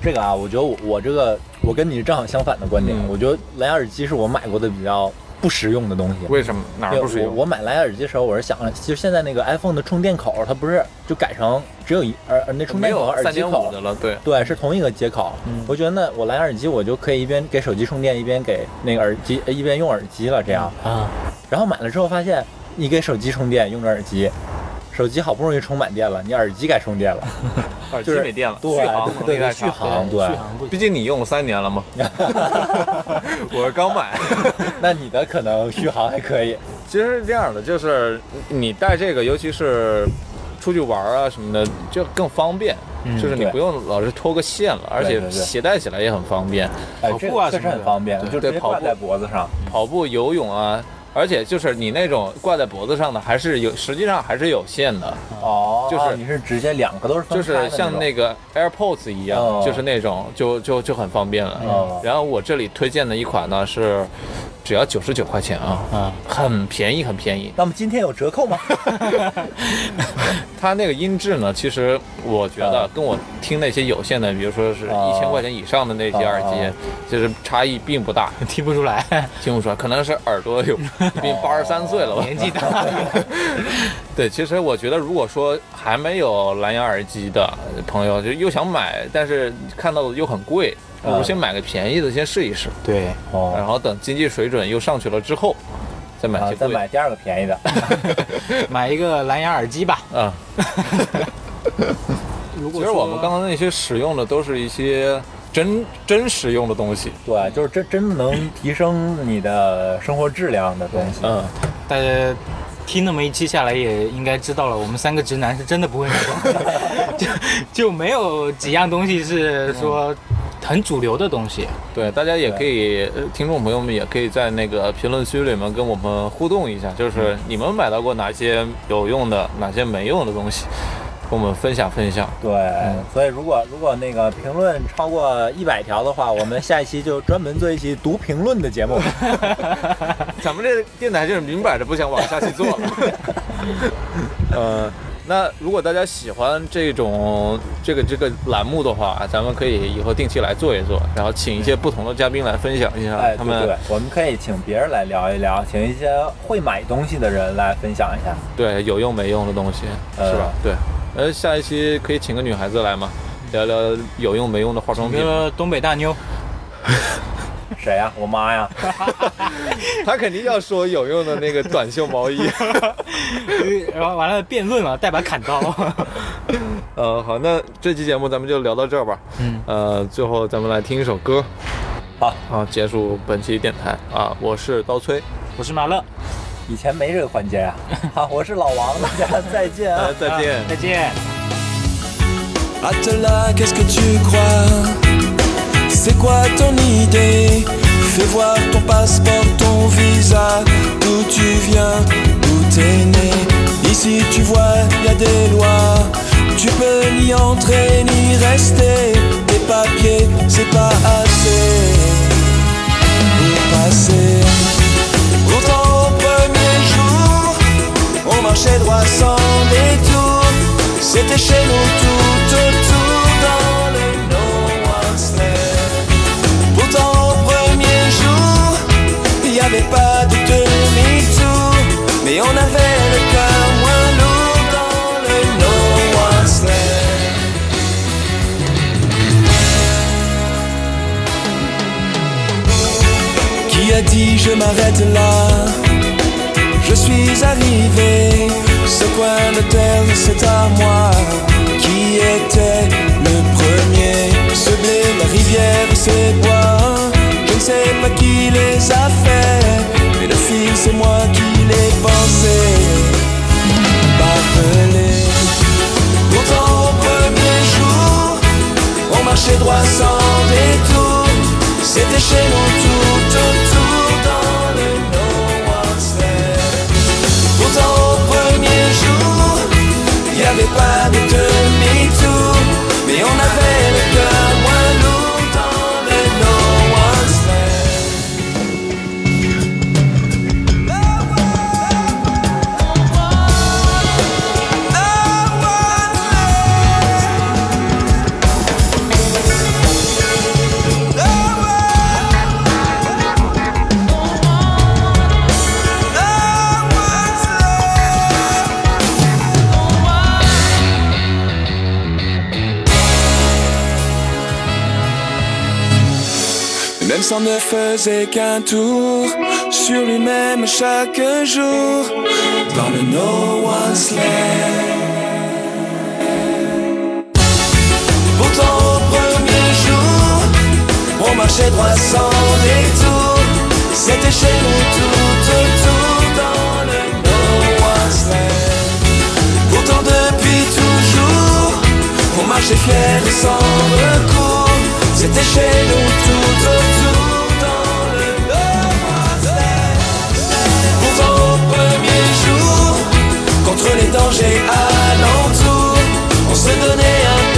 这个啊，我觉得我我这个我跟你正好相反的观点，嗯我觉得蓝牙耳机是我买过的比较不实用的东西。为什么哪儿对不实我我用？买蓝牙耳机的时候，我是想，就现在那个 iPhone 的充电口，它不是就改成只有一耳耳那充没电口有和耳三机点五口的，了，对，对，是同一个接口。嗯我觉得那我蓝牙耳机我就可以一边给手机充电，一边给那个耳机，呃一边用耳机了。这样，啊，然后买了之后发现，你给手机充电用着耳机，手机好不容易充满电了，你耳机该 充电了，耳机就是没电了，对续航能对力太对差续航对续。航不毕行。竟你用了三年了 嘛， 我是刚买。那你的可能续航还可以。其实是这样的，就是你带这个，尤其是出去玩啊什么的，就更方便。就是你嗯对不用老是拖个线了，而且对对对携带起来也很方便。哎跑，这步啊个确实什么很的方便，对就直接对跑挂步在脖子上。跑步、游泳啊，而且就是你那种挂在脖子上的，还是有，实际上还是有线的，嗯哦，就是你是直接两个都是分就开的是像那那种个 AirPods 一样，哦就是那种就就就很方便了。哦然后我这里推荐的一款呢是，只要九十九块钱啊，啊，很便宜，很便宜。那么今天有折扣吗？ 它那个音质呢，其实我觉得啊跟我听那些有线的，比如说是啊一千块钱以上的那些耳机啊啊，其实差异并不大， 听不出来， 听不出来，可能是耳朵有，比八十三岁了吧。年纪大了。 对，其实我觉得，如果说还没有蓝牙耳机的朋友，就又想买，但是看到的又很贵，不如啊先买个便宜的，先试一试，对，然哦，后等经济水准又上去了之后，再买啊，些再贵的买第二个便宜的。买一个蓝牙耳机吧。啊。如果其实说我们刚刚那些使用的都是一些真真实用的东西， 对，就是真真的能提升你的生活质量的东西。嗯。大家听那么一期下来，也应该知道了，我们三个直男是真的不会买东西， 就就没有几样东西是说很主流的东西。对，大家也可以，呃听众朋友们也可以在那个评论区里面跟我们呃互动一下，就是你们买到过哪些有用的，哪些没用的东西，跟我们分享分享。对，嗯所以如果如果那个评论超过一百条的话，我们下一期就专门做一期读评论的节目。嗯咱们这电台就是明摆着不想往下去做了。呃，那如果大家喜欢这种这个这个栏目的话，咱们可以以后定期来做一做，然后请一些不同的嘉宾来分享一下哎，他对们对，我们可以请别人来聊一聊，请一些会买东西的人来分享 一下。对有用没用的东西，呃是吧？对，呃，下一期可以请个女孩子来嘛，聊聊有用没用的化妆比品如。说东北大妞，谁呀、我 妈呀！ 她肯定要说有用的那个短袖毛衣。然后完了辩论了，带把砍刀。 呃，好，那这期节目咱们就聊到这儿吧。嗯，呃，最后咱们来听一首歌。好，好，结束本期电台啊！我是刀崔，我是马乐，以前没这个环节啊。好，我是老王，大家再见啊呃，！再见。再见。 Attelin, qu'est-ce que tu crois C'est quoi ton idée Fais voir ton passeport, ton visa, d'où tu viens, d'où t'es né. Ici, tu vois, y a des lois. Tu peux ni entrer ni rester. Tes papiers, c'est pas assez pour passer. Pourtant, au premier jour, on marchait droit sans détour. C'était chez nous tout autour dans le No One's Land. Pourtant, au premier jour, il n'y avait pas de demi-tour. Mais on avait le cœur moins lourd dans le No One's Land. Qui a dit je m'arrête là Je suis arrivé, ce coin de terre c'est à moi Qui était le premier Ce blé, la rivière, ces bois Je ne sais pas qui les a faits Mais le fil c'est moi qui les pensé M'appeler Pourtant au premier jour on marchait droit sans détour. C'était chez nous tout autour dans le No One's Land. Pourtant au premier jour, il n'y avait pas de demi-tour. Mais on avait le cœur moins lourd dans le No One's Land. No one, no one, no one. Même s'en ne faisait qu'un tour sur lui-même chaque jour dans le no one's land. Pourtant au premier jour, on marchait droit sans détour. C'était chez nous tout autour dans le no one's land. Pourtant depuis toujours, on marchait fier et sans recours. C'était chez nous tout autour dans le Nord-Ouest. Pourtant au premier jour, contre les dangers alentour, on se donnait un "Oh, oh,